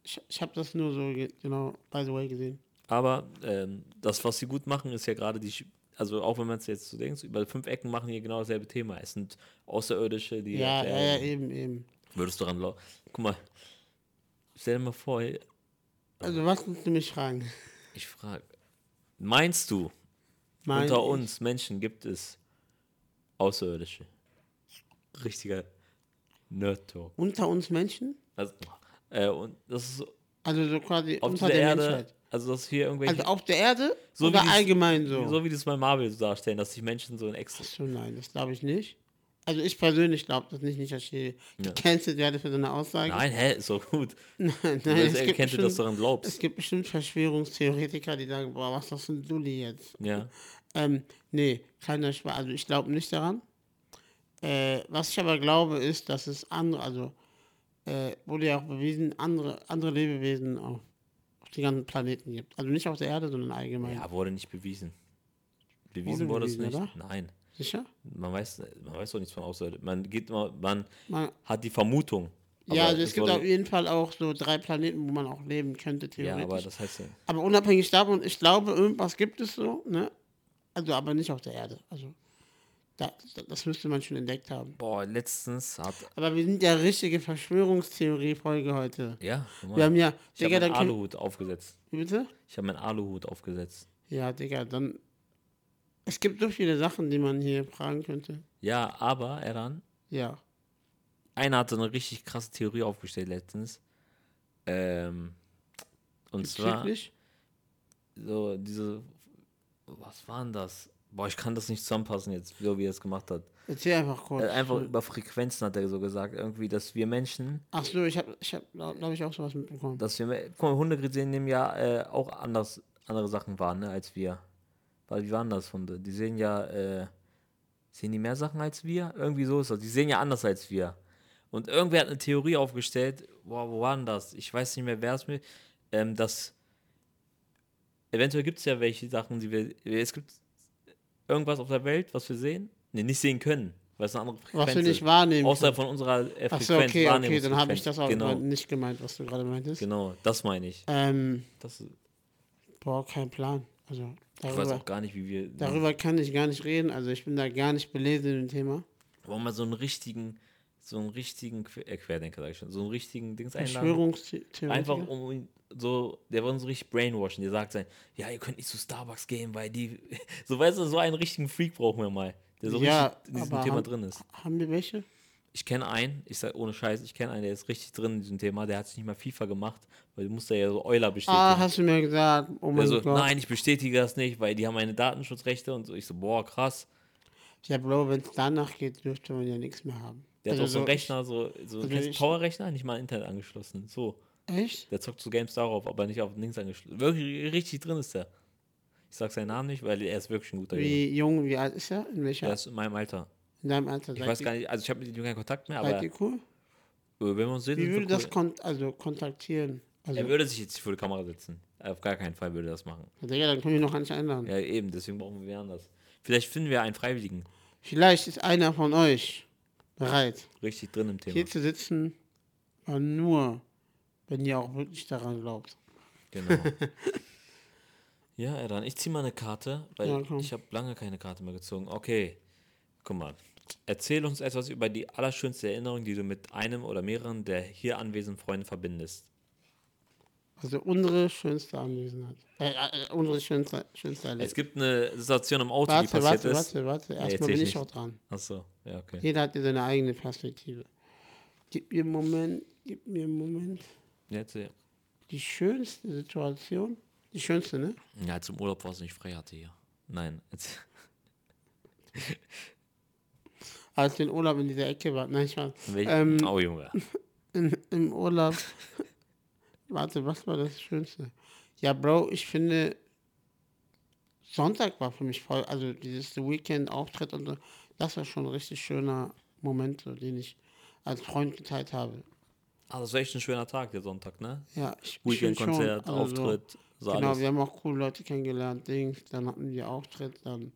B: ich, ich habe das nur so, ge- genau, by the way gesehen.
A: Aber ähm, das, was sie gut machen, ist ja gerade die, Sch- also auch wenn man es jetzt so denkt, über fünf Ecken machen die genau dasselbe Thema. Es sind Außerirdische, die.
B: Ja, ja, ja, eh.
A: äh,
B: eben, eben.
A: Würdest du ran lau- Guck mal, stell dir mal vor,
B: Also was musst du mich fragen? [LAUGHS]
A: ich frage, meinst du,
B: Mein-
A: unter uns Menschen gibt es Außerirdische? Richtiger Nerd-Talk.
B: Unter uns Menschen?
A: Also, äh, und das ist so-
B: Also so quasi
A: auf
B: unter
A: dieser
B: der
A: Erde,
B: Menschheit.
A: also dass hier irgendwelche.
B: Also auf der Erde
A: So
B: oder
A: wie die-
B: allgemein Also, so?
A: So wie die es bei Marvel so darstellen, dass die Menschen so in Extra.
B: So, nein, das glaube ich nicht. Also ich persönlich glaube das nicht, nicht, dass ich hier gecancelt werde für so eine Aussage.
A: Nein, hä, ist doch gut.
B: [LAUGHS] nein,
A: Du
B: es,
A: bist
B: gibt
A: erkennt, dass du
B: bestimmt,
A: daran
B: es
A: glaubst.
B: gibt bestimmt Verschwörungstheoretiker, die sagen, boah, was ist das für ein Dulli jetzt?
A: Ja.
B: Ähm, nee, keiner Spaß. Also ich glaube nicht daran. Äh, was ich aber glaube, ist, dass es andere, also äh, wurde ja auch bewiesen, andere, andere Lebewesen auf, auf den ganzen Planeten gibt. Also nicht auf der Erde, sondern allgemein.
A: Ja, wurde nicht bewiesen. Bewiesen
B: Wurde
A: wurde, es nicht.
B: bewiesen,
A: Nein.
B: Sicher?
A: Man weiß, man weiß doch nichts von außerhalb. Man geht immer, man
B: Man,
A: hat die Vermutung.
B: ja,
A: Aber
B: also es gibt
A: wurde-
B: auf jeden Fall auch so drei Planeten, wo man auch leben könnte,
A: Ja,
B: theoretisch.
A: aber
B: aber,
A: das heißt ja.
B: unabhängig davon, ich glaube, irgendwas gibt es so, ne? Also aber nicht auf der Erde. Also da, da, das müsste man schon entdeckt haben.
A: Boah, letztens hat.
B: Aber wir sind ja richtige Verschwörungstheorie-Folge heute.
A: Ja, normal.
B: Wir haben ja,
A: ich habe
B: Digga,
A: meinen
B: dann können,
A: Aluhut aufgesetzt.
B: Wie bitte?
A: Ich habe meinen Aluhut aufgesetzt.
B: Ja, Digga, dann. Es gibt so viele Sachen, die man hier fragen könnte.
A: Ja, aber, Eran,
B: Ja.
A: einer hatte eine richtig krasse Theorie aufgestellt letztens. Ähm, und zwar.
B: Bezüglich?
A: so diese, was war denn das? Boah, ich kann das nicht zusammenpassen jetzt, so wie er es gemacht hat.
B: Erzähl einfach
A: Er
B: kurz.
A: hat Äh, einfach über Frequenzen hat er so gesagt, irgendwie, dass wir Menschen,
B: Ach so, ich habe, ich hab, glaube glaub ich, auch sowas mitbekommen.
A: dass wir, Me- guck mal, Hunde sehen dem ja äh, auch anders, andere Sachen waren, ne, als wir. Weil wie waren das Hunde? Die sehen ja, äh, sehen die mehr Sachen als wir? Irgendwie so ist das. Die sehen ja anders als wir. Und irgendwer hat eine Theorie aufgestellt, boah, wo war denn das? Ich weiß nicht mehr, wer es mir, ähm, dass eventuell gibt es ja welche Sachen, die wir, es gibt irgendwas auf der Welt, was wir sehen, ne, nicht sehen können, weil es eine andere Frequenz
B: was du
A: ist.
B: nicht wahrnehmen
A: Außerhalb von unserer äh,
B: kannst. Ach
A: Frequenz.
B: so, okay, okay, dann habe
A: Wahrnehmungsfrequenz.
B: ich das auch
A: Genau,
B: nicht gemeint, was du gerade meintest.
A: genau, das meine ich.
B: Ähm,
A: Das, ist-
B: boah, kein Plan. Also,
A: ich weiß
B: darüber,
A: auch gar nicht, wie wir.
B: darüber kann ich gar nicht reden. Also, ich bin da gar nicht belesen im Thema.
A: Wollen wir so einen richtigen, so einen richtigen Que- äh, Querdenker, sag ich schon, so einen richtigen Dings einladen.
B: Verschwörungstheorie.
A: Einfach um ihn so, der wollen so richtig brainwashen. Der sagt sein, ja, ihr könnt nicht zu Starbucks gehen, weil die. [LAUGHS] So weißt du, so einen richtigen Freak brauchen wir mal, der so
B: Ja,
A: richtig in diesem
B: aber
A: Thema
B: haben-
A: drin ist.
B: Haben wir welche?
A: Ich kenne einen, ich sag ohne Scheiß, ich kenne einen, der ist richtig drin in diesem Thema, der hat sich nicht mal FIFA gemacht, weil du musst da ja so Euler bestätigen.
B: Ah, hast du mir gesagt. Oh mein
A: Der so,
B: Gott.
A: Also, nein, ich bestätige das nicht, weil die haben meine Datenschutzrechte und so. Ich so, boah, krass.
B: Ja, Bro, wenn es danach geht, dürfte man ja nichts mehr haben. Also
A: Der hat auch so einen
B: so-
A: Rechner, so, so
B: also
A: kennst du
B: ich-
A: Power-Rechner, nicht mal an Internet angeschlossen. So,
B: Echt?
A: der zockt zu Games darauf, aber nicht auf links angeschlossen. Wirklich richtig drin ist der. Ich sag seinen Namen nicht, weil er ist wirklich ein guter Junge.
B: Wie jung, wie alt ist er? In welcher?
A: Der ist in meinem Alter.
B: In deinem Alter?
A: Ich weiß gar nicht, also ich habe mit ihm keinen Kontakt mehr, aber
B: Seid
A: äh,
B: ihr cool?
A: wenn wir uns sehen,
B: Wie
A: sind wir
B: würde das
A: cool.
B: kon also kontaktieren? Also,
A: er würde sich jetzt vor die Kamera setzen. Äh, Auf gar keinen Fall würde das machen.
B: Digga, dann können wir noch nicht ändern.
A: Ja, eben, deswegen brauchen wir anders. Vielleicht finden wir einen Freiwilligen
B: Vielleicht ist einer von euch bereit,
A: richtig drin im Thema.
B: hier zu sitzen, aber nur, wenn ihr auch wirklich daran glaubt.
A: Genau.
B: [LAUGHS]
A: ja, ja, dann ich ziehe mal eine Karte, weil
B: Ja, komm.
A: ich habe lange keine Karte mehr gezogen. Okay, guck mal. Erzähl uns etwas über die allerschönste Erinnerung, die du mit einem oder mehreren der hier anwesenden Freunde verbindest.
B: Also unsere schönste Anwesenheit. Äh, äh, unsere schönste, schönste
A: Es
B: Erlebnis.
A: gibt eine Situation im Auto, die
B: Äh, Warte,
A: passiert
B: warte,
A: ist.
B: warte, warte.
A: erzähl
B: Erstmal bin
A: ich
B: ich
A: nicht.
B: auch dran.
A: Achso, ja, okay.
B: Jeder hat hier seine eigene Perspektive. Gib mir einen Moment, gib mir einen Moment.
A: Jetzt, ja.
B: Die schönste Situation, die schönste, ne?
A: ja, zum Urlaub war es nicht frei, hatte hier. Nein. Jetzt,
B: Als wir in Urlaub in dieser Ecke waren. Nein, ich war
A: [LAUGHS]
B: Ähm,
A: Welch- oh, Junge.
B: in, im Urlaub. [LAUGHS] Warte, was war das Schönste? Ja, Bro, ich finde, Sonntag war für mich voll, also dieses Weekend-Auftritt und so, das war schon ein richtig schöner Moment, so, den ich als Freund geteilt habe.
A: Ah, das war echt ein schöner Tag, der Sonntag, ne?
B: Ja, ich ich finde schon,
A: Weekend-Konzert,
B: also so-
A: Auftritt, so
B: Genau,
A: alles.
B: wir haben auch coole Leute kennengelernt, Dings, dann hatten wir Auftritt, dann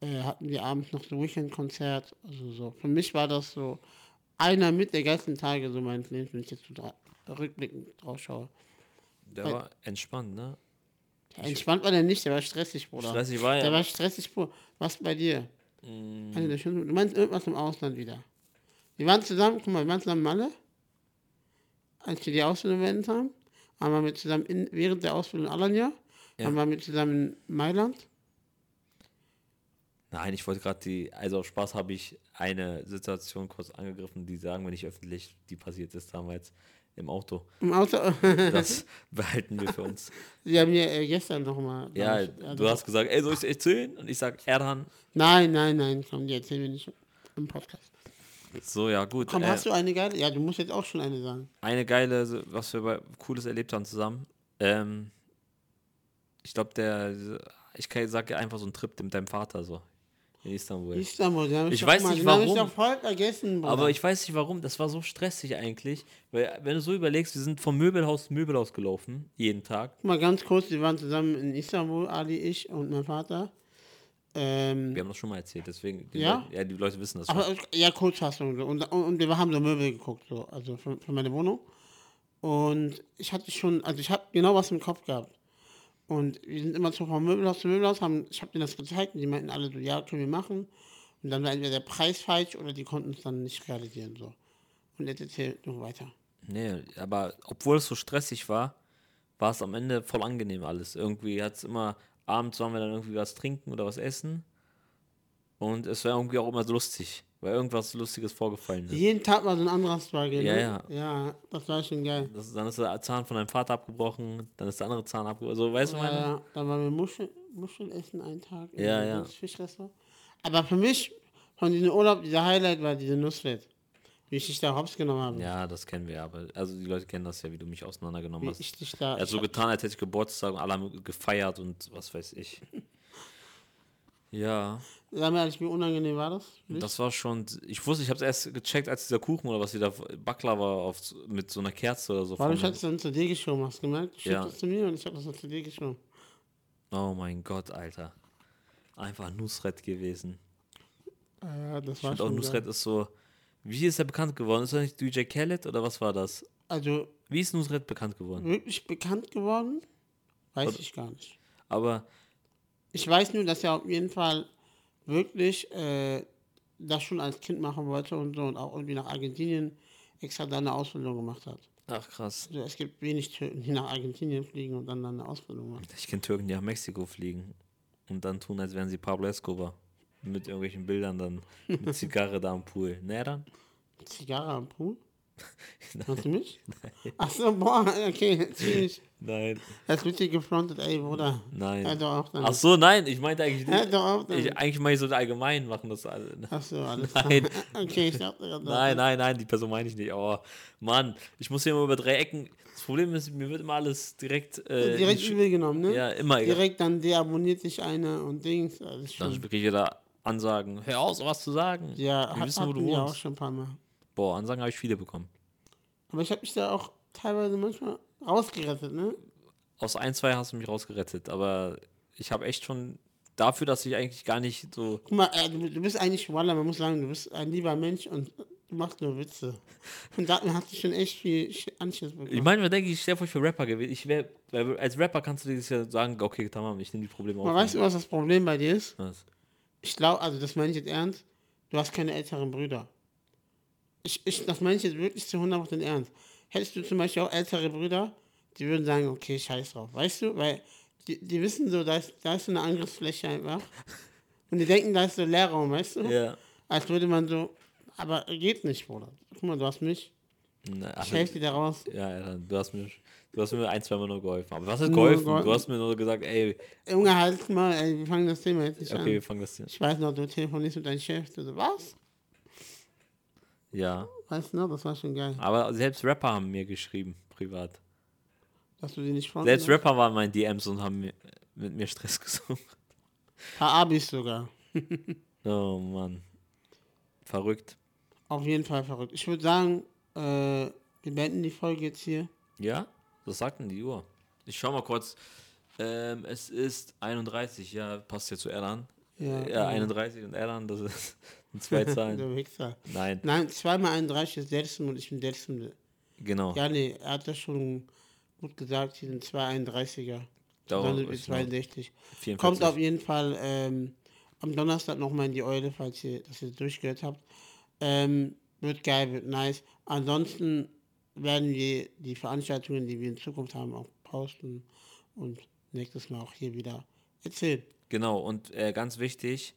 B: äh, hatten wir abends noch so Weekend-Konzert. Also so. Für mich war das so einer mit der geilsten Tage so meines Lebens, wenn ich jetzt so dra- rückblickend drauf schaue.
A: Der war entspannt, ne?
B: Entspannt war der nicht, der war stressig, Bruder.
A: Stressig war
B: Der
A: ja. Mm.
B: war stressig pur. Was bei dir? Eine der schönsten- Du meinst irgendwas im Ausland wieder. Wir waren zusammen, guck mal, wir waren zusammen in Malle, als wir die Ausbildung beendet haben. Dann waren wir zusammen in, während der Ausbildung in Alanya. Dann
A: Ja.
B: waren wir zusammen in Mailand.
A: Nein, ich wollte gerade die, also auf Spaß habe ich eine Situation kurz angegriffen, die sagen wir nicht öffentlich, die passiert ist damals im Auto.
B: Im Auto. [LAUGHS]
A: Das behalten wir für uns.
B: Sie haben mir äh, gestern nochmal.
A: Ja,
B: also
A: du hast gesagt, ey, soll ich es erzählen? Und ich sage, Erdan.
B: Nein, nein, nein, komm, die erzählen wir nicht im Podcast.
A: So, ja, gut.
B: Komm,
A: äh,
B: hast du eine geile? Ja, du musst jetzt auch schon eine sagen.
A: eine geile, so- was wir bei Cooles erlebt haben zusammen. Ähm, ich glaube, der, ich kann, sag dir einfach so einen Trip mit deinem Vater so in Istanbul.
B: Istanbul, den hab
A: Äh. Ich
B: doch
A: weiß
B: mal,
A: nicht,
B: den hab
A: warum.
B: Ich doch voll vergessen, Bruder.
A: Aber ich weiß nicht warum, das war so stressig eigentlich. Weil, wenn du so überlegst, wir sind vom Möbelhaus zu Möbelhaus gelaufen, jeden Tag.
B: Guck mal ganz kurz, wir waren zusammen in Istanbul, Ali, ich und mein Vater. Ähm,
A: Wir haben das schon mal erzählt, deswegen. Die
B: Ja?
A: Leute, ja, die Leute wissen das schon.
B: aber ja, Kurzfassung. so. Und, und, und wir haben so Möbel geguckt, so, also für, für meine Wohnung. Und ich hatte schon, also ich habe genau was im Kopf gehabt. Und wir sind immer so vom Möbelhaus zu Möbelhaus, haben, ich habe denen das gezeigt und die meinten alle so, ja, können wir machen. Und dann war entweder der Preis falsch oder die konnten es dann nicht realisieren. So. Und jetzt erzählt noch weiter.
A: Nee, aber obwohl es so stressig war, war es am Ende voll angenehm alles. Irgendwie hat es immer, abends waren wir dann irgendwie was trinken oder was essen. Und es war irgendwie auch immer lustig, weil irgendwas Lustiges vorgefallen ist.
B: Jeden Tag war so ein anderer Struggle.
A: Ja,
B: ne?
A: ja.
B: Ja, das war schon geil.
A: Das, dann ist der Zahn von deinem Vater abgebrochen, dann ist der andere Zahn abgebrochen. So, weißt du,
B: Ja,
A: meine?
B: ja, Äh, da waren wir Muschel, Muscheln essen einen Tag. in
A: Ja,
B: einem
A: ja.
B: guten Fischrestaurant. Aber für mich, von diesem Urlaub, dieser Highlight war diese Nusslet. Wie ich dich da hops genommen habe.
A: Ja, das kennen wir, aber also die Leute kennen das ja, wie du mich auseinandergenommen
B: Wie
A: hast.
B: ich dich da.
A: Er hat so getan, als hätte ich Geburtstag und alle haben gefeiert und was weiß
B: [LAUGHS]
A: ich. Ja.
B: Sag mir ehrlich, wie unangenehm war das? für dich?
A: Das war schon. Ich wusste, ich habe es erst gecheckt, als dieser Kuchen oder was wieder Baklava auf, mit so einer Kerze oder so.
B: Weil du
A: vor mir-
B: es dann zu dir geschoben hast, gemerkt? Du
A: Ja.
B: schiebst es zu mir und ich habe das dann zu dir geschoben.
A: oh mein Gott, Alter. Einfach Nusret gewesen.
B: Ja, Äh, das
A: Ich
B: war
A: finde auch
B: schon
A: Nusret
B: geil.
A: ist so. Wie ist er bekannt geworden? Ist er nicht DJ Khaled oder was war das?
B: Also
A: Wie ist Nusret bekannt geworden?
B: wirklich bekannt geworden? Weiß
A: Oder-
B: ich gar nicht.
A: Aber
B: Ich weiß nur, dass er auf jeden Fall wirklich äh, das schon als Kind machen wollte und so und auch irgendwie nach Argentinien extra da eine Ausbildung gemacht hat.
A: ach krass.
B: Also es gibt wenig Türken, die nach Argentinien fliegen und dann da eine Ausbildung machen.
A: Ich kenne Türken, die nach Mexiko fliegen und dann tun, als wären sie Pablo Escobar mit irgendwelchen Bildern dann
B: [LAUGHS]
A: mit Zigarre da am Pool. Ne dann?
B: Zigarre
A: [LAUGHS]
B: am Pool? Hast du mich? Achso, boah, okay, ziemlich.
A: Nein,
B: Jetzt wird hier gefrontet, ey, Bruder.
A: nein.
B: Hör doch auf
A: Ach
B: damit.
A: so, nein, ich meinte eigentlich
B: Hör
A: nicht.
B: doch auf
A: Ich,
B: damit.
A: eigentlich meine ich so allgemein machen das alle. ne?
B: Achso, alles klar. [LAUGHS]
A: Nein,
B: Okay, ich dachte gerade.
A: nein, nein, nein, die Person meine ich nicht. Oh, Mann, ich muss hier immer über drei Ecken. Das Problem ist, mir wird immer alles direkt. Äh,
B: Direkt
A: in die Schu-
B: übel genommen, ne?
A: ja, immer. Direkt.
B: Direkt dann deabonniert sich einer und Dings. Alles
A: Dann
B: schon.
A: kriege ich wieder Ansagen. Hör auf, was zu sagen.
B: Ja,
A: Wir
B: hat,
A: wissen, wo
B: hatten
A: du
B: wir auch
A: wohnst.
B: schon ein paar Mal.
A: Boah, Ansagen habe ich viele bekommen.
B: Aber ich habe mich da auch teilweise manchmal rausgerettet, ne?
A: Aus ein, zwei hast du mich rausgerettet, aber ich habe echt schon dafür, dass ich eigentlich gar nicht so.
B: Guck mal, äh, du, du bist eigentlich, Walla, man muss sagen, du bist ein lieber Mensch und du machst nur Witze. Und da hast du schon echt viel Sch- Anschiss
A: Ich
B: bekommen.
A: meine, man denke, ich wäre für Rapper gewesen. Ich wär, weil als Rapper kannst du dir das ja sagen, okay, tamam, ich nehme die Probleme auf.
B: Man weißt du, was das Problem bei dir ist?
A: Was?
B: Ich glaube, also das meine ich jetzt ernst, du hast keine älteren Brüder. Ich, ich, das meine ich jetzt wirklich zu 100% ernst. Hättest du zum Beispiel auch ältere Brüder, die würden sagen, okay, scheiß drauf. Weißt du, weil die, die wissen so, da ist, da ist so eine Angriffsfläche einfach. Und die denken, da ist so Leerraum, weißt du?
A: Ja.
B: Als würde man so, aber geht nicht, Bruder. Guck mal, du hast mich.
A: Na,
B: Ich
A: also,
B: helfe dir da raus.
A: ja, ja, du hast mir, du hast mir ein, zwei Mal nur geholfen. Aber was hat
B: Nur
A: geholfen?
B: geholfen.
A: Du hast mir nur gesagt, ey,
B: Junge, halt mal, ey, wir fangen das Thema jetzt nicht
A: okay, wir
B: an.
A: fangen das hier.
B: Ich weiß noch, du telefonierst mit deinem Chef. Du so, was?
A: Ja.
B: Weißt du noch, das war schon geil.
A: Aber selbst Rapper haben mir geschrieben, privat.
B: Dass du die nicht fronten
A: Selbst
B: darfst.
A: Rapper waren in meinen DMs und haben mir, mit mir Stress [LAUGHS] gesucht.
B: Paar Abis sogar.
A: Oh Mann. Verrückt.
B: Auf jeden Fall verrückt. Ich würde sagen, äh, wir beenden die Folge jetzt hier.
A: Ja? Was sagt denn die Uhr? Ich schau mal kurz. Ähm, es ist 31, ja, passt ja zu Erlan.
B: Ja, genau.
A: Ja, 31 und Erlan, das ist [LAUGHS] sind
B: [LAUGHS]
A: zwei Zahlen.
B: Der Wichser.
A: Nein,
B: Nein, zweimal 31 ist Delsen und ich bin Delsen.
A: genau.
B: Ja, nee, er hat das schon gut gesagt, hier sind zwei 31er.
A: Darum
B: Dann sind wir
A: ist noch
B: 62.
A: 44.
B: Kommt auf jeden Fall ähm, am Donnerstag nochmal in die Eule, falls ihr das jetzt durchgehört habt. Ähm, wird geil, wird nice. Ansonsten werden wir die Veranstaltungen, die wir in Zukunft haben, auch posten und nächstes Mal auch hier wieder erzählen.
A: Genau, und äh, ganz wichtig,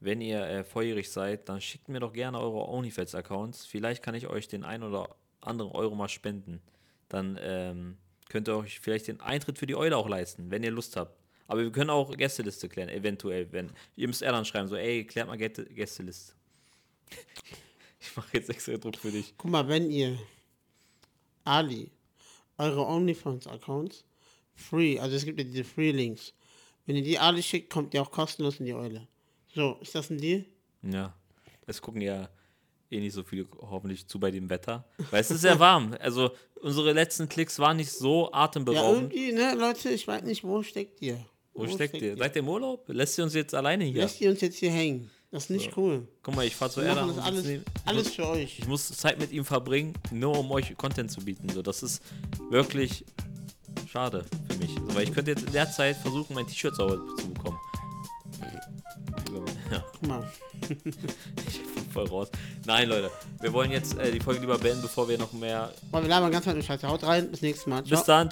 A: wenn ihr äh, feurig seid, dann schickt mir doch gerne eure OnlyFans-Accounts. Vielleicht kann ich euch den ein oder anderen Euro mal spenden. Dann ähm, könnt ihr euch vielleicht den Eintritt für die Eule auch leisten, wenn ihr Lust habt. Aber wir können auch Gästeliste klären, eventuell, wenn. Ihr müsst er dann schreiben, so, ey, klärt mal Gäste Gästeliste. [LAUGHS] Ich mache jetzt extra Druck für dich.
B: Guck mal, wenn ihr Ali, eure OnlyFans-Accounts, free, also es gibt ja diese Free-Links. Wenn ihr die Ali schickt, kommt ihr auch kostenlos in die Eule. So, ist das ein Deal?
A: Ja. Es gucken ja eh nicht so viele hoffentlich zu bei dem Wetter. Weil es ist sehr warm. Also unsere letzten Klicks waren nicht so
B: Ja,
A: atemberaubend.
B: irgendwie, ne, Leute, ich weiß nicht, wo steckt ihr?
A: Wo, steckt, ihr? Seid ihr im Urlaub? Lässt ihr uns jetzt alleine hier?
B: Lasst ihr uns jetzt hier hängen. Das ist nicht cool.
A: Guck mal, ich fahr zu
B: Wir
A: Erdan.
B: machen das
A: und sitz
B: alles,
A: neben- Ich
B: alles
A: muss-
B: für euch.
A: Ich muss Zeit mit ihm verbringen, nur um euch Content zu bieten. So, das ist wirklich schade für mich. So, weil ich könnte jetzt in der Zeit versuchen, mein T-Shirt sauber zu bekommen. [LAUGHS] Ja,
B: Guck mal.
A: ich bin voll raus. Nein, Leute, wir wollen jetzt äh, die Folge lieber beenden, bevor wir noch mehr.
B: Boah, wir labern ganz weit im Scheiße. Haut rein. Bis nächstes Mal. Ciao.
A: Bis dann,